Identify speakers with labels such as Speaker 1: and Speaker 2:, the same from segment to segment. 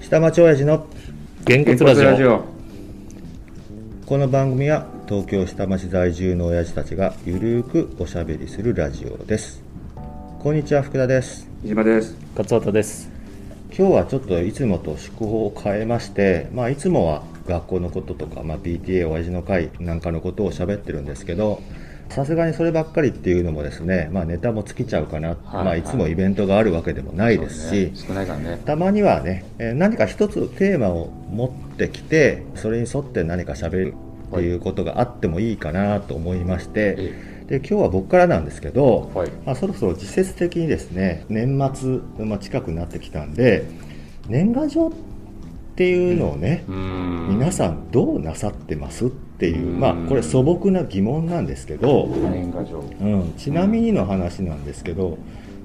Speaker 1: 下町親父の
Speaker 2: げんこつラジオ
Speaker 3: オ
Speaker 1: この番組は東京下町在住の親父たちがゆるーくおしゃべりするラジオですこんにちは福田です
Speaker 3: 飯島です
Speaker 2: 勝俣です
Speaker 1: 今日はちょっといつもと趣向を変えまして、まあ、いつもは学校のこととか、まあ、PTA 親父の会なんかのことを喋ってるんですけどさすがにそればっかりっていうのもですね、まあ、ネタも尽きちゃうかな、
Speaker 3: い
Speaker 1: いまあ、いつもイベントがあるわけでもないですし、
Speaker 3: 少ないからね
Speaker 1: たまにはね、えー何か一つテーマを持ってきてそれに沿って何か喋るっていうことがあってもいいかなと思いまして、で今日は僕からなんですけど、
Speaker 3: はい
Speaker 1: まあ、そろそろ時節的にですね年末、まあ、近くなってきたんで年賀状っていうのをね、
Speaker 3: うーん
Speaker 1: 皆さんどうなさってますっていう、
Speaker 3: うん
Speaker 1: まあこれ素朴な疑問なんですけど、
Speaker 3: 年賀状
Speaker 1: うん、ちなみにの話なんですけど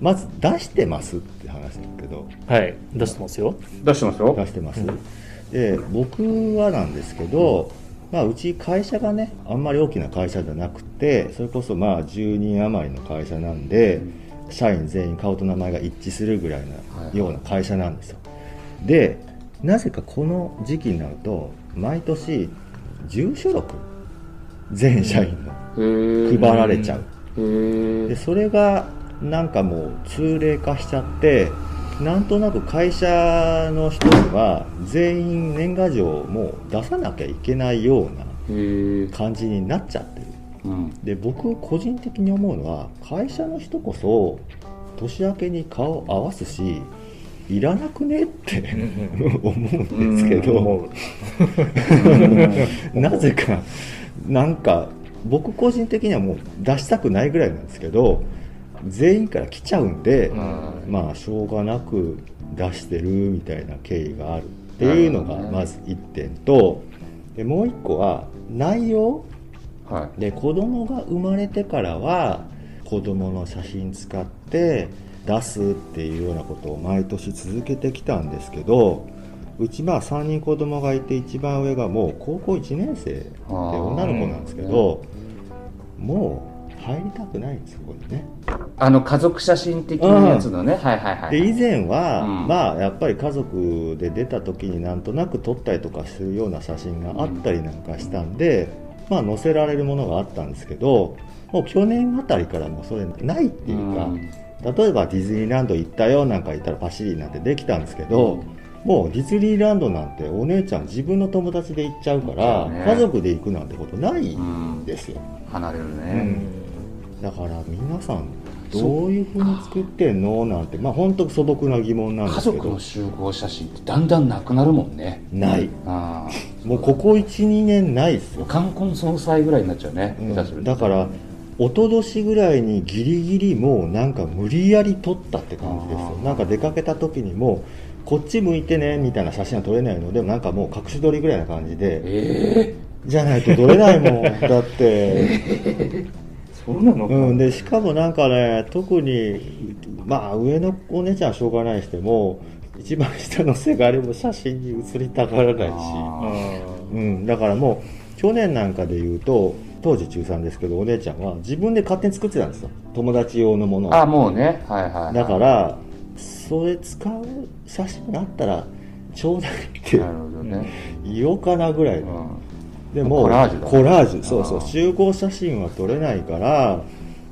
Speaker 1: まず出してますって話だけど
Speaker 2: はい出してますよ
Speaker 3: 出してますよ
Speaker 1: 出してます、で僕はなんですけど、まあ、うち会社がねあんまり大きな会社じゃなくてそれこそまあ10人余りの会社なんで社員全員顔と名前が一致するぐらい
Speaker 3: は
Speaker 1: ないような会社なんですよでなぜかこの時期になると毎年住所録全社員の
Speaker 3: 配
Speaker 1: 配られちゃう
Speaker 3: へー
Speaker 1: でそれがなんかもう通例化しちゃってなんとなく会社の人には全員年賀状をもう出さなきゃいけないような
Speaker 3: へー
Speaker 1: 感じになっちゃってる
Speaker 3: うん
Speaker 1: で僕個人的に思うのは会社の人こそ年明けに顔を合わすしいらなくねって思うんですけど なぜかなんか僕個人的にはもう出したくないぐらいなんですけど全員から来ちゃうんで、まあしょうがなく出してるみたいな経緯があるっていうのが
Speaker 3: なるほどね
Speaker 1: まず1点とでもう1個は内容
Speaker 3: は
Speaker 1: で子供が生まれてからは子供の写真使って出すっていうようなことを毎年続けてきたんですけどうちまあ3人子供がいて一番上がもう高校1年生で
Speaker 3: あー
Speaker 1: 女の子なんですけど、もう入りたくないんですよここにね。
Speaker 3: いあの家族写真的なやつのねはいはいは
Speaker 1: で
Speaker 3: い
Speaker 1: 以前は、
Speaker 3: うん
Speaker 1: まあやっぱり家族で出た時になんとなく撮ったりとかするような写真があったりなんかしたんで、まあ載せられるものがあったんですけどもう去年あたりからもうそれないっていうか、
Speaker 3: うん
Speaker 1: 例えばディズニーランド行ったよなんか言ったらパシリなんてできたんですけど、もうディズニーランドなんてお姉ちゃん自分の友達で行っちゃうから、
Speaker 3: そうね
Speaker 1: 家族で行くなんてことない
Speaker 3: うんん
Speaker 1: ですよ、
Speaker 3: 離れる
Speaker 2: う
Speaker 3: ね
Speaker 1: だから皆さんどういうふうに作ってんのなんてまあ本当素朴な疑問なんで
Speaker 3: 家
Speaker 1: すけど
Speaker 3: 族の集合写真ってだんだんなくなるもんね
Speaker 1: ない
Speaker 3: あー
Speaker 1: もうここ12年ないですよ、
Speaker 3: 冠婚葬祭ぐらいになっちゃうね下手すると
Speaker 1: だから一昨年ぐらいにギリギリもうなんか無理やり撮ったって感じですよ
Speaker 3: あー
Speaker 1: なんか出かけた時にもうこっち向いてねみたいな写真は撮れないのでなんかもう隠し撮りぐらいな感じで
Speaker 3: ええ
Speaker 1: じゃないと撮れないもんだ って、
Speaker 3: そうなの
Speaker 1: うん、でしかもなんかね特にまあ上のお姉ちゃんはしょうがないにしても一番下のせがれも写真に写りたがらないし
Speaker 3: あ
Speaker 1: うん、だからもう去年なんかで言うと当時中3ですけどお姉ちゃんは自分で勝手に作ってたんですよ友達用のものを
Speaker 3: あもうねはいはいはい
Speaker 1: だからそれ使う写真があったらちょうだいって
Speaker 3: なるほどね、
Speaker 1: 言おうかなぐらい
Speaker 3: うん
Speaker 1: の、でも
Speaker 3: コラージュだ
Speaker 1: コラージュそうそ
Speaker 3: あ
Speaker 1: う
Speaker 3: ー
Speaker 1: 集合写真は撮れないから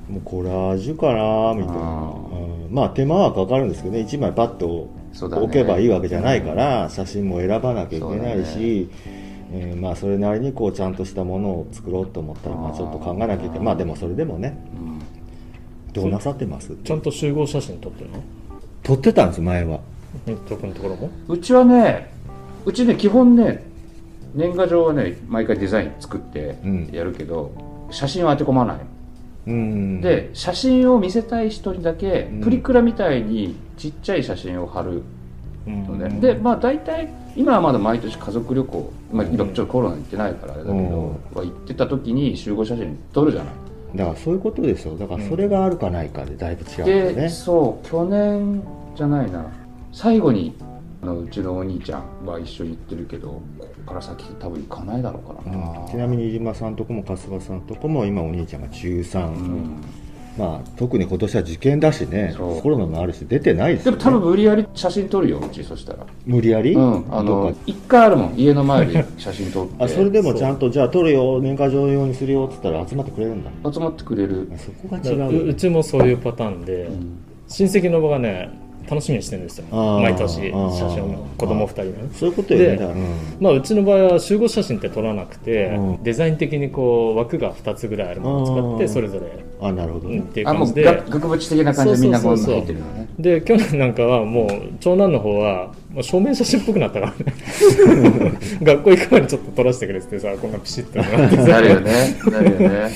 Speaker 1: もうコラージュかなみたい
Speaker 3: あ
Speaker 1: な
Speaker 3: ー
Speaker 1: うんまあ手間はかかるんですけどね1枚パッと
Speaker 3: そうだね
Speaker 1: 置けばいいわけじゃないから、写真も選ばなきゃいけないし、えーまあそれなりにこうちゃんとしたものを作ろうと思ったらまあ
Speaker 3: あー
Speaker 1: ちょっと考えなきゃいけないまあでもそれでもね
Speaker 3: うん
Speaker 1: どうなさってます
Speaker 2: ちゃんと集合写真撮ってるの
Speaker 1: 撮ってたんです前は
Speaker 2: ミット君のところも
Speaker 3: うちはねうちね基本ね年賀状はね毎回デザイン作って
Speaker 1: うん
Speaker 3: やるけど、写真は当て込まない、
Speaker 1: うん
Speaker 3: で写真を見せたい人にだけ、
Speaker 1: うん
Speaker 3: プリクラみたいにちっちゃい写真を貼るのね、でまあ大体今はまだ毎年家族旅行、まあ、今ちょっとコロナ行ってないからあれだけ
Speaker 1: う
Speaker 3: ど、
Speaker 1: ん
Speaker 3: は行ってた時に集合写真撮るじゃない
Speaker 1: だからそういうことですよだからそれがあるかないかでだいぶ違うんだよ
Speaker 3: で、
Speaker 1: ね
Speaker 3: そう去年じゃないな最後にあのうちのお兄ちゃんは一緒に行ってるけどここから先多分行かないだろうからな、
Speaker 1: うんちなみに飯島さんとこも春日さんとこも今お兄ちゃんが中3、
Speaker 3: うん
Speaker 1: まあ、特に今年は受験だしね
Speaker 3: そう
Speaker 1: コロナもあるし出てないです
Speaker 3: で
Speaker 1: よ、
Speaker 3: も
Speaker 1: ね、
Speaker 3: 多分無理やり写真撮るようちそしたら
Speaker 1: 無理やり、
Speaker 3: うんあ
Speaker 1: どっ
Speaker 3: の
Speaker 1: か
Speaker 3: 一回あるもん家の前で写真撮って
Speaker 1: あそれでもちゃんとじゃあ撮るよ年賀状用にするよって言ったら集まってくれるんだ
Speaker 3: 集まってくれる、
Speaker 1: あそこが
Speaker 2: だ
Speaker 1: 違
Speaker 2: からう
Speaker 1: う
Speaker 2: うちもそういうパターンで、
Speaker 3: うん
Speaker 2: 親戚の子がね楽しみにしてるんですよ
Speaker 1: あー
Speaker 2: 毎年写真
Speaker 1: あー
Speaker 2: を子供2人ね
Speaker 1: そういうことよね
Speaker 2: で
Speaker 1: だから、うん
Speaker 2: まあ、うちの場合は集合写真って撮らなくて、
Speaker 1: うん
Speaker 2: デザイン的にこう枠が2つぐらいあるものを使っ
Speaker 1: あー
Speaker 2: てそれぞれ、
Speaker 1: あなるほど
Speaker 2: うん、
Speaker 1: ね
Speaker 2: っ、ていう
Speaker 3: あ
Speaker 2: 感
Speaker 3: もう
Speaker 2: じで、
Speaker 3: が額縁的な感じでみんなこう
Speaker 2: そうそうそうそう
Speaker 3: 入ってるのね
Speaker 2: で去年なんかはもう長男の方はもう証明写真っぽくなったから ね学校行く前にちょっと撮らせてくれってさこんなピシッと なって
Speaker 3: なるよねなるよね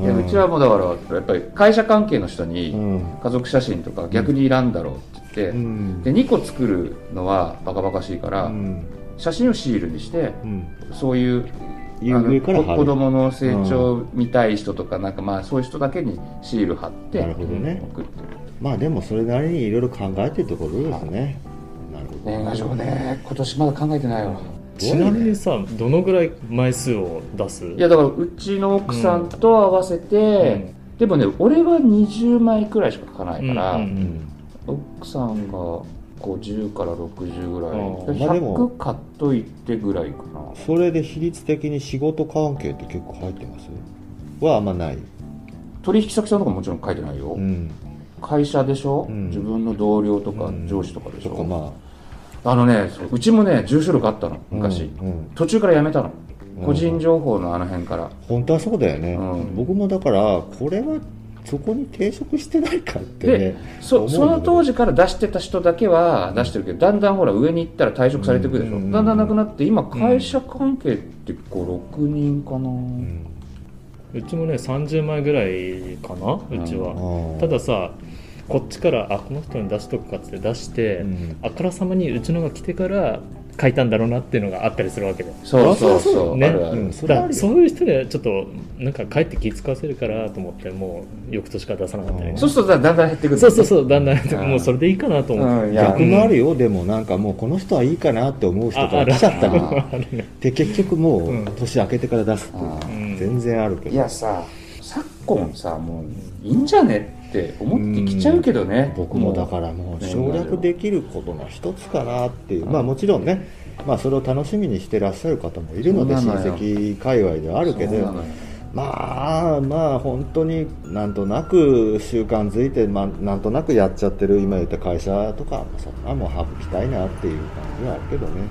Speaker 3: いや
Speaker 1: うん
Speaker 3: うちはもうだからやっぱり会社関係の人に
Speaker 1: うん
Speaker 3: 家族写真とか逆にいらんだろうって言
Speaker 1: う
Speaker 3: って、
Speaker 1: ん
Speaker 3: で2個作るのはバカバカしいから、
Speaker 1: うん
Speaker 3: 写真をシールにして
Speaker 1: うん
Speaker 3: そういう
Speaker 1: いう
Speaker 3: あ
Speaker 1: 上
Speaker 3: の
Speaker 1: から貼
Speaker 3: こ
Speaker 1: る
Speaker 3: 子供の成長を見たい人とか、なんかまあそういう人だけにシール貼って
Speaker 1: なるほどね
Speaker 3: 送って
Speaker 1: まあでもそれなりにいろいろ考えてるところですねなるほど
Speaker 3: 年賀状ね今年まだ考えてないわ
Speaker 2: ちなみにさどのぐらい枚数を出す
Speaker 3: いやだからうちの奥さんと合わせて、でもね俺は20枚くらいしか書かないから、
Speaker 2: うんう
Speaker 1: うんん
Speaker 3: 奥さんが50から60ぐらい
Speaker 2: あー
Speaker 1: まあでも
Speaker 3: 100買っといてぐらいかな
Speaker 1: それで比率的に仕事関係って結構入ってますはあんまない
Speaker 3: 取引先さんとかもちろん書いてないよ、
Speaker 1: うん
Speaker 3: 会社でしょ、
Speaker 1: うん
Speaker 3: 自分の同僚とか
Speaker 1: うん
Speaker 3: 上司とかでし
Speaker 1: と
Speaker 3: ょ、
Speaker 1: かまあ
Speaker 3: あのねそううちもね住所力あったの昔、
Speaker 1: うんうん
Speaker 3: 途中からやめたの
Speaker 1: うん
Speaker 3: 個人情報のあの辺から、
Speaker 1: 本当はそうだよね、
Speaker 3: うん
Speaker 1: 僕もだからこれはそこに抵触してないかって
Speaker 3: で
Speaker 1: ね思
Speaker 3: そ
Speaker 1: うんだけど
Speaker 3: その当時から出してた人だけは出してるけどだんだんほら上に行ったら退職されていくでしょ、
Speaker 1: うん
Speaker 3: だんだんなくなって今会社関係って56人かな、
Speaker 1: うん
Speaker 2: うちもね30枚ぐらいかなうちは、
Speaker 1: ああ
Speaker 2: たださこっちからあこの人に出しとくかっつって出して、
Speaker 1: うん
Speaker 2: あからさまにうちのが来てから書いたんだろうなっていうのがあったりするわけで
Speaker 3: そうそうそ
Speaker 1: そ
Speaker 3: う
Speaker 2: りゃ
Speaker 3: あ
Speaker 2: そ
Speaker 3: る
Speaker 2: うだ
Speaker 3: あ
Speaker 1: う
Speaker 3: る、
Speaker 1: んそれ
Speaker 2: だ
Speaker 1: はあ
Speaker 2: から
Speaker 1: るよ
Speaker 2: そういう人にはちょっとなんか帰って気使わせるからと思ってもう翌年から出さなかったり、
Speaker 1: うん
Speaker 3: そうするとだんだん減ってくる
Speaker 2: そうそうそうだんだ
Speaker 3: うん
Speaker 2: んもうそれでいいかなと思って、
Speaker 3: うんいや
Speaker 1: 逆もあるよ、でもなんかもうこの人はいいかなって思う人
Speaker 2: あ
Speaker 1: が
Speaker 2: ある
Speaker 1: 来ちゃった
Speaker 3: あ
Speaker 1: ら
Speaker 3: る
Speaker 1: で結局もう
Speaker 2: うん
Speaker 1: 年明けてから出すっていう、
Speaker 3: う
Speaker 2: うん
Speaker 1: 全然あるけ
Speaker 3: い
Speaker 1: ど
Speaker 3: やさ昨今さもういいんじゃねって思ってきちゃうけどね、
Speaker 1: 僕もだからもう省略できることの一つかなっていうまあもちろんねまあそれを楽しみにしてらっしゃる方もいるので
Speaker 3: そう
Speaker 1: 親
Speaker 3: なのよ
Speaker 1: 戚界隈ではあるけ
Speaker 3: そう
Speaker 1: ど
Speaker 3: なのよ
Speaker 1: まあまあ本当になんとなく習慣づいて、まあ、なんとなくやっちゃってる今言った会社とかそんなもう省きたいなっていう感じはあるけどね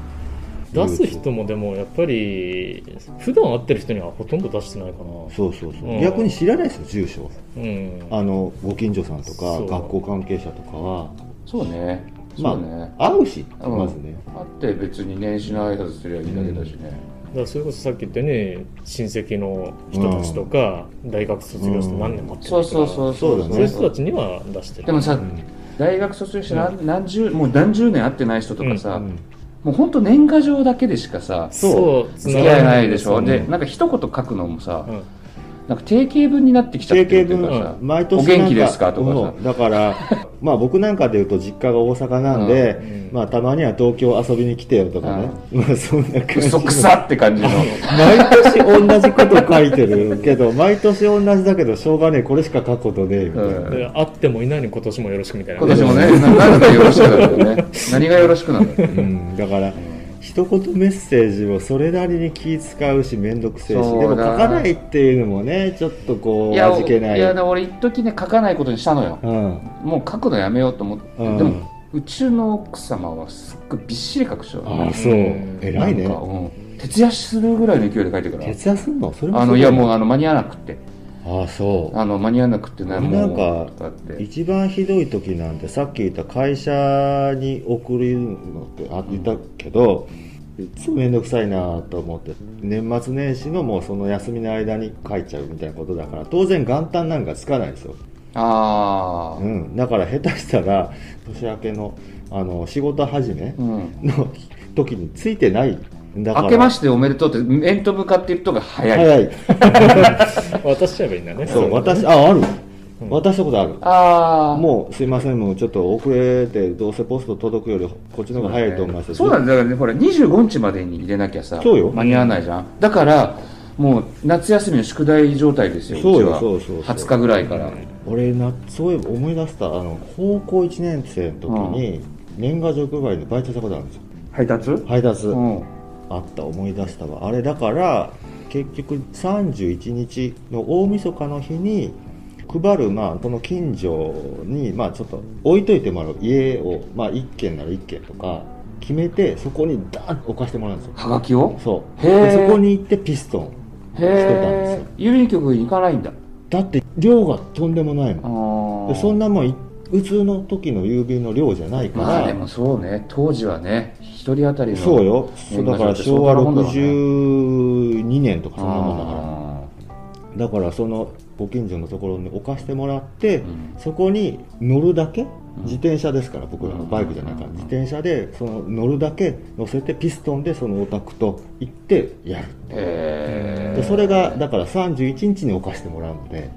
Speaker 2: 出す人もでもやっぱり普段会ってる人にはほとんど出してないかな
Speaker 1: そうそうそう、
Speaker 2: うん
Speaker 1: 逆に知らないですよ住所
Speaker 2: うん
Speaker 1: あのご近所さんとか
Speaker 2: そう
Speaker 1: 学校関係者とかは
Speaker 3: そうね
Speaker 1: ま
Speaker 3: そうね、
Speaker 1: あ会うし
Speaker 3: うん
Speaker 1: まずね、
Speaker 3: あって別に年始の挨拶すりゃいいだけだしね、
Speaker 2: だからそれこそさっき言ったように親戚の人たちとか、大学卒業して何年も会って
Speaker 3: そう
Speaker 2: る人
Speaker 3: そ
Speaker 2: と
Speaker 3: う
Speaker 2: か
Speaker 3: そ
Speaker 1: そ
Speaker 3: う
Speaker 1: うだね
Speaker 2: そういう人たちには出してる
Speaker 3: でもさ、
Speaker 1: ん
Speaker 3: 大学卒業して何,、何十もう何十年会ってない人とかさ、
Speaker 1: うん
Speaker 3: もう本当年賀状だけでしかさ
Speaker 2: そう
Speaker 3: 付き合えないでしょ、
Speaker 2: うん
Speaker 3: でなんか一言書くのもさ、
Speaker 2: うん
Speaker 3: なんか定型文になってきちゃっ
Speaker 1: 定
Speaker 3: てる
Speaker 1: 型
Speaker 3: っていう
Speaker 1: 文
Speaker 3: かさ、
Speaker 1: 毎年
Speaker 3: お
Speaker 1: なん
Speaker 3: 元気ですかとかさ
Speaker 1: うんだから まあ僕なんかでいうと実家が大阪なんで、
Speaker 2: うん
Speaker 1: まあたまには東京遊びに来てよとかね、 まあそんな感じ
Speaker 3: 嘘くさって感じの
Speaker 1: 毎年同じこと書いてるけ ど毎年同じだけどしょうがねえこれしか書くことねえみたいな、
Speaker 3: うん
Speaker 2: で会ってもいないのに今年もよろしくみたいな
Speaker 3: 今年もね何かよろしくなんだよね何がよろしくなんだよね
Speaker 1: うんだから一言メッセージをそれなりに気使うし面倒くせえしで
Speaker 3: そ
Speaker 1: も
Speaker 3: う
Speaker 1: 書
Speaker 3: だ
Speaker 1: かないっていうのもねちょっとこ
Speaker 3: いうや
Speaker 1: 味気ない
Speaker 3: いやでも俺一時ね書かないことにしたのよ
Speaker 1: うん、
Speaker 3: もう書くのやめようと思って、
Speaker 1: うん
Speaker 3: でもうちの奥様はすっごいびっしり書く人なの
Speaker 1: ああそう
Speaker 2: うん
Speaker 1: 偉いね
Speaker 3: なんかうん徹夜するぐらいの勢いで書いてるから
Speaker 1: 徹夜すんのそれも
Speaker 3: あのいやもうあの間に合わなくって
Speaker 1: うああそう
Speaker 3: あの間に合わなくってね
Speaker 1: 俺
Speaker 3: もう
Speaker 1: なんか
Speaker 3: だって
Speaker 1: 一番ひどい時なんてさっき言った会社に送るのってあってたけど、いつも面倒くさいなと思って年末年始のもうその休みの間に書いちゃうみたいなことだから当然元旦なんかつかないですよ、
Speaker 3: ああ
Speaker 1: うん、だから下手したら年明けのあの仕事始め
Speaker 3: うん
Speaker 1: の時についてないんだから
Speaker 3: 明けましておめでとうって面と向かって言うとが早い、
Speaker 1: 早 い
Speaker 2: 渡しちゃえばいいんだね
Speaker 1: そう
Speaker 2: れ
Speaker 1: 私あある渡したことある
Speaker 3: ああ
Speaker 1: もうすいません、もうちょっと遅れて、どうせポスト届くより、こっちの方が早いと思います
Speaker 3: そうなん
Speaker 1: だ
Speaker 3: だよだからねほら25日までに入れなきゃさ
Speaker 1: そうよ
Speaker 3: 間に合わないじゃんだからもう夏休みの宿題状態ですよ
Speaker 1: そうよ
Speaker 3: ちは
Speaker 1: そうそうそう
Speaker 3: 20日ぐらいから、
Speaker 1: 俺なそういえば思い出したあの高校1年生の時に、年賀状配りでバイトしたことあるんですよ
Speaker 3: 配達う
Speaker 1: 配達、
Speaker 3: ん
Speaker 1: あった思い出したわあれだから結局31日の大晦日の日に配るまあこの近所にまあちょっと置いといてもらう家をまあ1軒なら1軒とか決めてそこにダーンと置かしてもらうんですよ
Speaker 3: はがきを
Speaker 1: そう
Speaker 3: へー
Speaker 1: でそこに行ってピストン
Speaker 3: へえ郵便局に行かないんだ
Speaker 1: だって量がとんでもない
Speaker 3: あ
Speaker 1: もん
Speaker 3: ー
Speaker 1: でそんなもんい普通の時の郵便の量じゃないから、
Speaker 3: まあでもそうね当時はね一人当たりの
Speaker 1: そうよそうだから昭和
Speaker 3: 年
Speaker 1: 62年とかそんなもんだから
Speaker 3: あ
Speaker 1: だからそのご近所のところに置かしてもらって、
Speaker 3: うん
Speaker 1: そこに乗るだけ
Speaker 3: ん
Speaker 1: 自転車ですから僕らの
Speaker 3: うん
Speaker 1: バイクじゃないから
Speaker 3: うん
Speaker 1: 自転車でその乗るだけ乗せてピストンでそのお宅と行ってやる
Speaker 3: ーへ
Speaker 1: で
Speaker 3: え
Speaker 1: それがだから31日に置かしてもらうので、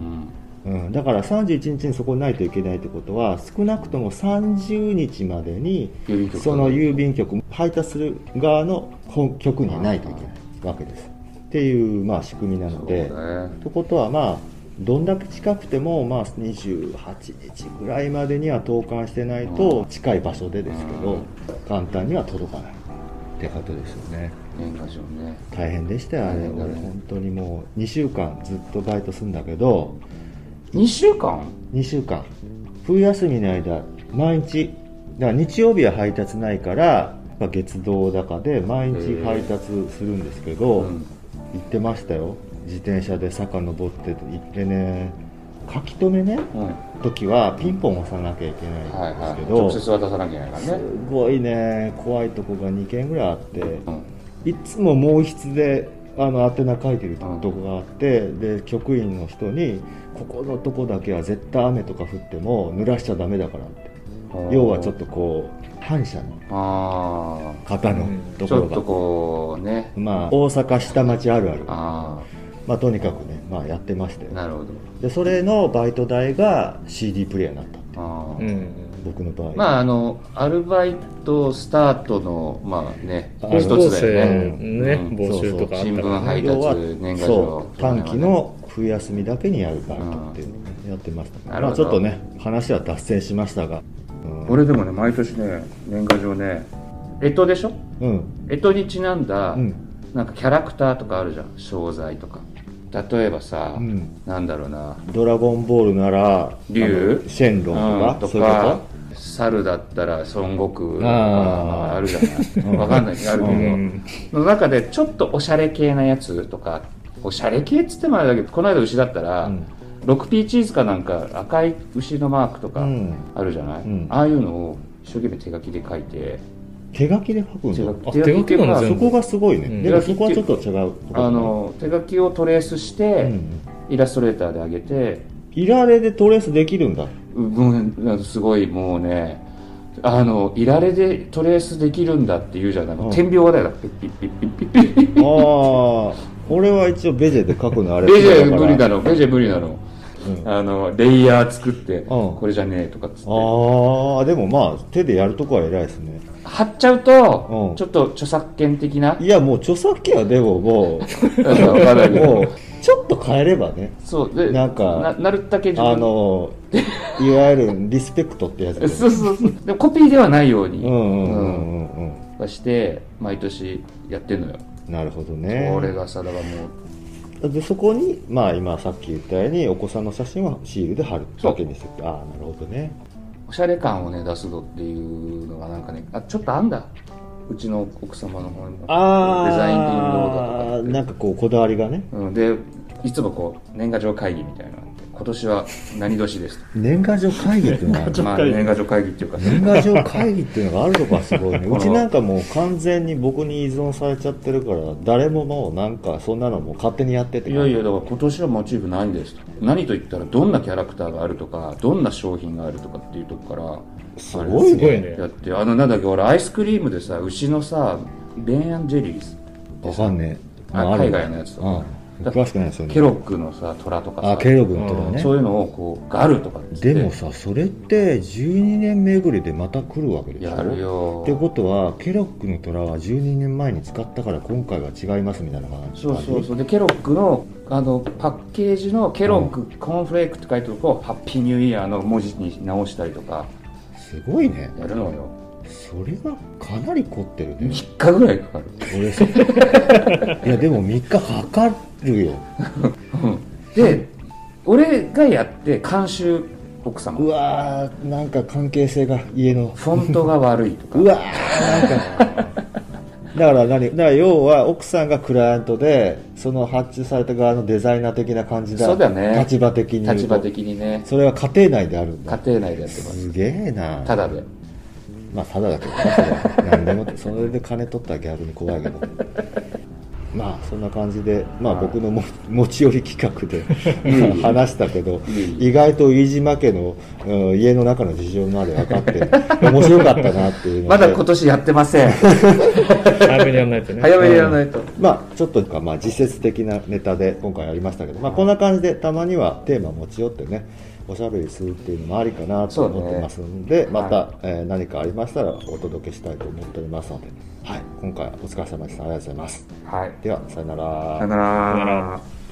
Speaker 3: うん
Speaker 1: うん、だから31日にそこにないといけないってことは少なくとも30日までに
Speaker 3: 郵便局
Speaker 1: その郵便局配達する側の局にないといけないわけですっていうまあ仕組みなの
Speaker 3: そう
Speaker 1: で。
Speaker 3: ね
Speaker 1: ということはまあどんだけ近くても、まあ、28日ぐらいまでには投函してないと近い場所でですけど簡単には届かないってことですよね
Speaker 3: 年賀状ね
Speaker 1: 大変でしたよあれ
Speaker 3: 大変だね
Speaker 1: 俺本当にもう2週間ずっとバイトするんだけど
Speaker 3: 2週間
Speaker 1: 2週間冬休みの間毎日だから日曜日は配達ないから、まあ、月堂高で毎日配達するんですけど、
Speaker 3: うん
Speaker 1: 行ってましたよ自転車で坂登って行ってね書き留めね
Speaker 3: うん
Speaker 1: 時はピンポン押さなきゃいけ
Speaker 3: は
Speaker 1: ないいんです
Speaker 3: は
Speaker 1: け
Speaker 3: い
Speaker 1: ど、
Speaker 3: 直接渡さなきゃいけないからね
Speaker 1: すごいね怖いとこが2軒ぐらいあって、
Speaker 3: うん
Speaker 1: いつも毛筆であの宛名書いてるとこがあって、で局員の人に「ここのとこだけは絶対雨とか降っても濡らしちゃダメだから」って要はちょっとこう反射の
Speaker 3: あ
Speaker 1: 方の
Speaker 3: あ
Speaker 1: と
Speaker 3: ち
Speaker 1: こ
Speaker 3: ょ
Speaker 1: ろ
Speaker 3: っ
Speaker 1: が、
Speaker 3: とこうね
Speaker 1: まあ大阪下町あるある
Speaker 3: あ
Speaker 1: まあとにかくね、まあ、やってました
Speaker 3: あ
Speaker 1: よ
Speaker 3: なるほど
Speaker 1: でそれのバイト代が CD プレイヤーになったって
Speaker 3: ああ
Speaker 2: うん
Speaker 1: 僕の場合、
Speaker 3: まああのアルバイトスタートのまあね
Speaker 1: あ
Speaker 2: 高
Speaker 3: 一
Speaker 2: 校
Speaker 3: つだよね
Speaker 2: 生のね、
Speaker 3: うん
Speaker 2: 募集とかあった
Speaker 3: そうそう新
Speaker 2: ら
Speaker 3: 聞配達
Speaker 1: 要は
Speaker 3: 年
Speaker 1: そ
Speaker 3: 賀状
Speaker 1: う短期の冬休みだけにやるバイトっていうのをねやってました、
Speaker 3: なる
Speaker 1: ま
Speaker 3: ほ
Speaker 1: あ、
Speaker 3: ど
Speaker 1: ちょっとね話は脱線しましたが、うん、
Speaker 3: 俺でもね毎年ね年賀状ね干支でしょ
Speaker 1: うん
Speaker 3: 干支にちなんだ、
Speaker 1: うん
Speaker 3: なんかキャラクターとかあるじゃん商材とか例えばさ、
Speaker 1: うん
Speaker 3: なんだろうな
Speaker 1: ドラゴンボールなら
Speaker 3: 竜
Speaker 1: あのシェンロン
Speaker 3: う
Speaker 1: とか、
Speaker 3: ん
Speaker 1: そういうこ
Speaker 3: 猿だったら孫悟空と
Speaker 1: あ
Speaker 3: か
Speaker 1: ー
Speaker 3: あるじゃないわかんないある
Speaker 2: う
Speaker 3: けど、
Speaker 2: ん
Speaker 3: の中でちょっとおしゃれ系なやつとかおしゃれ系っつってもあれだけどこの間牛だったら、
Speaker 1: うん
Speaker 3: 6P チーズかなんか赤い牛のマーク
Speaker 1: と
Speaker 3: と
Speaker 1: う
Speaker 3: か
Speaker 1: ん、
Speaker 3: あるじゃない、
Speaker 1: うん
Speaker 3: ああいうのを一生懸命手書きで書いて
Speaker 1: 手書きで書く
Speaker 3: 手
Speaker 1: ん
Speaker 3: 書
Speaker 1: だ
Speaker 2: あ
Speaker 3: 手書きっていうか
Speaker 2: 手書きなの全
Speaker 1: そ
Speaker 2: 部
Speaker 1: こがすごいね、
Speaker 2: うん
Speaker 1: でもそこはちょっと違うこと
Speaker 3: あの手書きをトレースして、
Speaker 1: うん
Speaker 3: イラストレーターで上げて
Speaker 1: いられでトレースできるんだ
Speaker 3: うもうすごいもうねあのいられでトレースできるんだっていうじゃない、
Speaker 1: うん
Speaker 3: 点描だよピッピッピッピッピッピッピッ
Speaker 1: ああ俺は一応ベジェで書くのあれ
Speaker 3: ベジ
Speaker 1: だ
Speaker 3: ェ
Speaker 1: から
Speaker 3: 無理なのベジェ無理なの,、
Speaker 1: うん
Speaker 3: あのレイヤー作って、
Speaker 1: ん
Speaker 3: これじゃねえとかっつって
Speaker 1: ああでもまあ手でやるとこは偉いですね
Speaker 3: 貼っちゃうと、
Speaker 1: うん
Speaker 3: ちょっと著作権的な
Speaker 1: いやもう著作権はでもも う
Speaker 3: なんかわかんないけど
Speaker 1: もうちょっと変えればね
Speaker 3: そうで
Speaker 1: なんか
Speaker 3: ななるだけ自分
Speaker 1: あのいわゆるリスペクトってやつで
Speaker 3: そうそうそうでもコピーではないように、
Speaker 1: うんうんう
Speaker 3: うん
Speaker 1: んうんうん
Speaker 3: はして毎年やってんのよ、
Speaker 1: なるほどね
Speaker 3: 俺がさだからもう
Speaker 1: でそこにまあ今さっき言ったようにお子さんの写真はシールで貼る
Speaker 3: そう
Speaker 1: わけにしてああなるほどね
Speaker 3: おしゃれ感をね出すぞっていうのがなんかねあちょっとあんだうちの奥様の方にも
Speaker 1: ああ
Speaker 3: デザインどうだとかって
Speaker 1: なんかこうこだわりがね
Speaker 3: うん、でいつもこう年賀状会議みたいなのがあって今年は何年です
Speaker 1: 年賀状会議っていうのがある
Speaker 3: と、まあ、年賀状会議っていうか
Speaker 1: 年賀状会議っていうのがあるとかすごいね
Speaker 3: この
Speaker 1: うちなんかもう完全に僕に依存されちゃってるから誰ももうなんかそんなのもう勝手にやってて
Speaker 3: いやいやだから今年はモチーフないんですと何と言ったらどんなキャラクターがあるとかどんな商品があるとかっていうとこから
Speaker 1: すごい
Speaker 2: すごい
Speaker 1: ね
Speaker 2: ね
Speaker 3: やってあのなんだっけ俺アイスクリームでさ牛のさベンアンジェリーズ
Speaker 1: わかんねえ
Speaker 3: あ海外のやつとか
Speaker 1: うん
Speaker 3: だ
Speaker 1: 詳しくないですよね
Speaker 3: ケロッグのさ虎とかさ
Speaker 1: あケログのとかね、
Speaker 3: そういうのをこうガルとかっつって
Speaker 1: でもさそれって12年巡りでまた来るわけでしょ
Speaker 3: やるよ
Speaker 1: ってことはケロックの虎は12年前に使ったから今回は違いますみたいな感じ
Speaker 3: そうそうそうでケロッグのあのパッケージのケロッグコーンフレークって書いてるとこをハッピーニューイヤーの文字に直したりとか
Speaker 1: すごいね
Speaker 3: やるのよ
Speaker 1: それはかなり凝ってるね
Speaker 3: 3日ぐらいかかる
Speaker 1: 俺さい やでも3日かかるよ
Speaker 3: で俺がやって監修奥様
Speaker 1: うわーなんか関係性が家の
Speaker 3: フォントが悪いとか
Speaker 1: うわーなんかだから何だから要は奥さんがクライアントでその発注された側のデザイナー的な感じだ
Speaker 3: そうだね
Speaker 1: 立場的に言うと
Speaker 3: 立場的にね
Speaker 1: それは家庭内であるんだ
Speaker 3: 家庭内でやってます
Speaker 1: すげえな
Speaker 3: ただで
Speaker 1: まあただだけどなそれは何でもそれで金取ったら逆に怖いけど まあそんな感じで、まあ、
Speaker 3: はい
Speaker 1: 僕のも 持ち寄り企画で
Speaker 3: いえ
Speaker 1: まあ話したけど
Speaker 3: いえいえ
Speaker 1: 意外と飯島家の、うん家の中の事情まで分かって面白かったなっていうので
Speaker 3: まだ今年やって ません
Speaker 2: 早めにやらないとね
Speaker 3: 早めにやらないと
Speaker 1: まあちょっとかまあ自説的なネタで今回やりましたけど、まあ、こんな感じでたまにはテーマ持ち寄ってねおしゃべりするっていうのもありかなと思ってますんで、
Speaker 3: そうね
Speaker 1: また、
Speaker 3: は
Speaker 1: えー何かありましたらお届けしたいと思っておりますので、はい、今回はお疲れ様でしたありがとうございます
Speaker 3: はい
Speaker 1: ではさよな
Speaker 3: さよなら
Speaker 2: よなら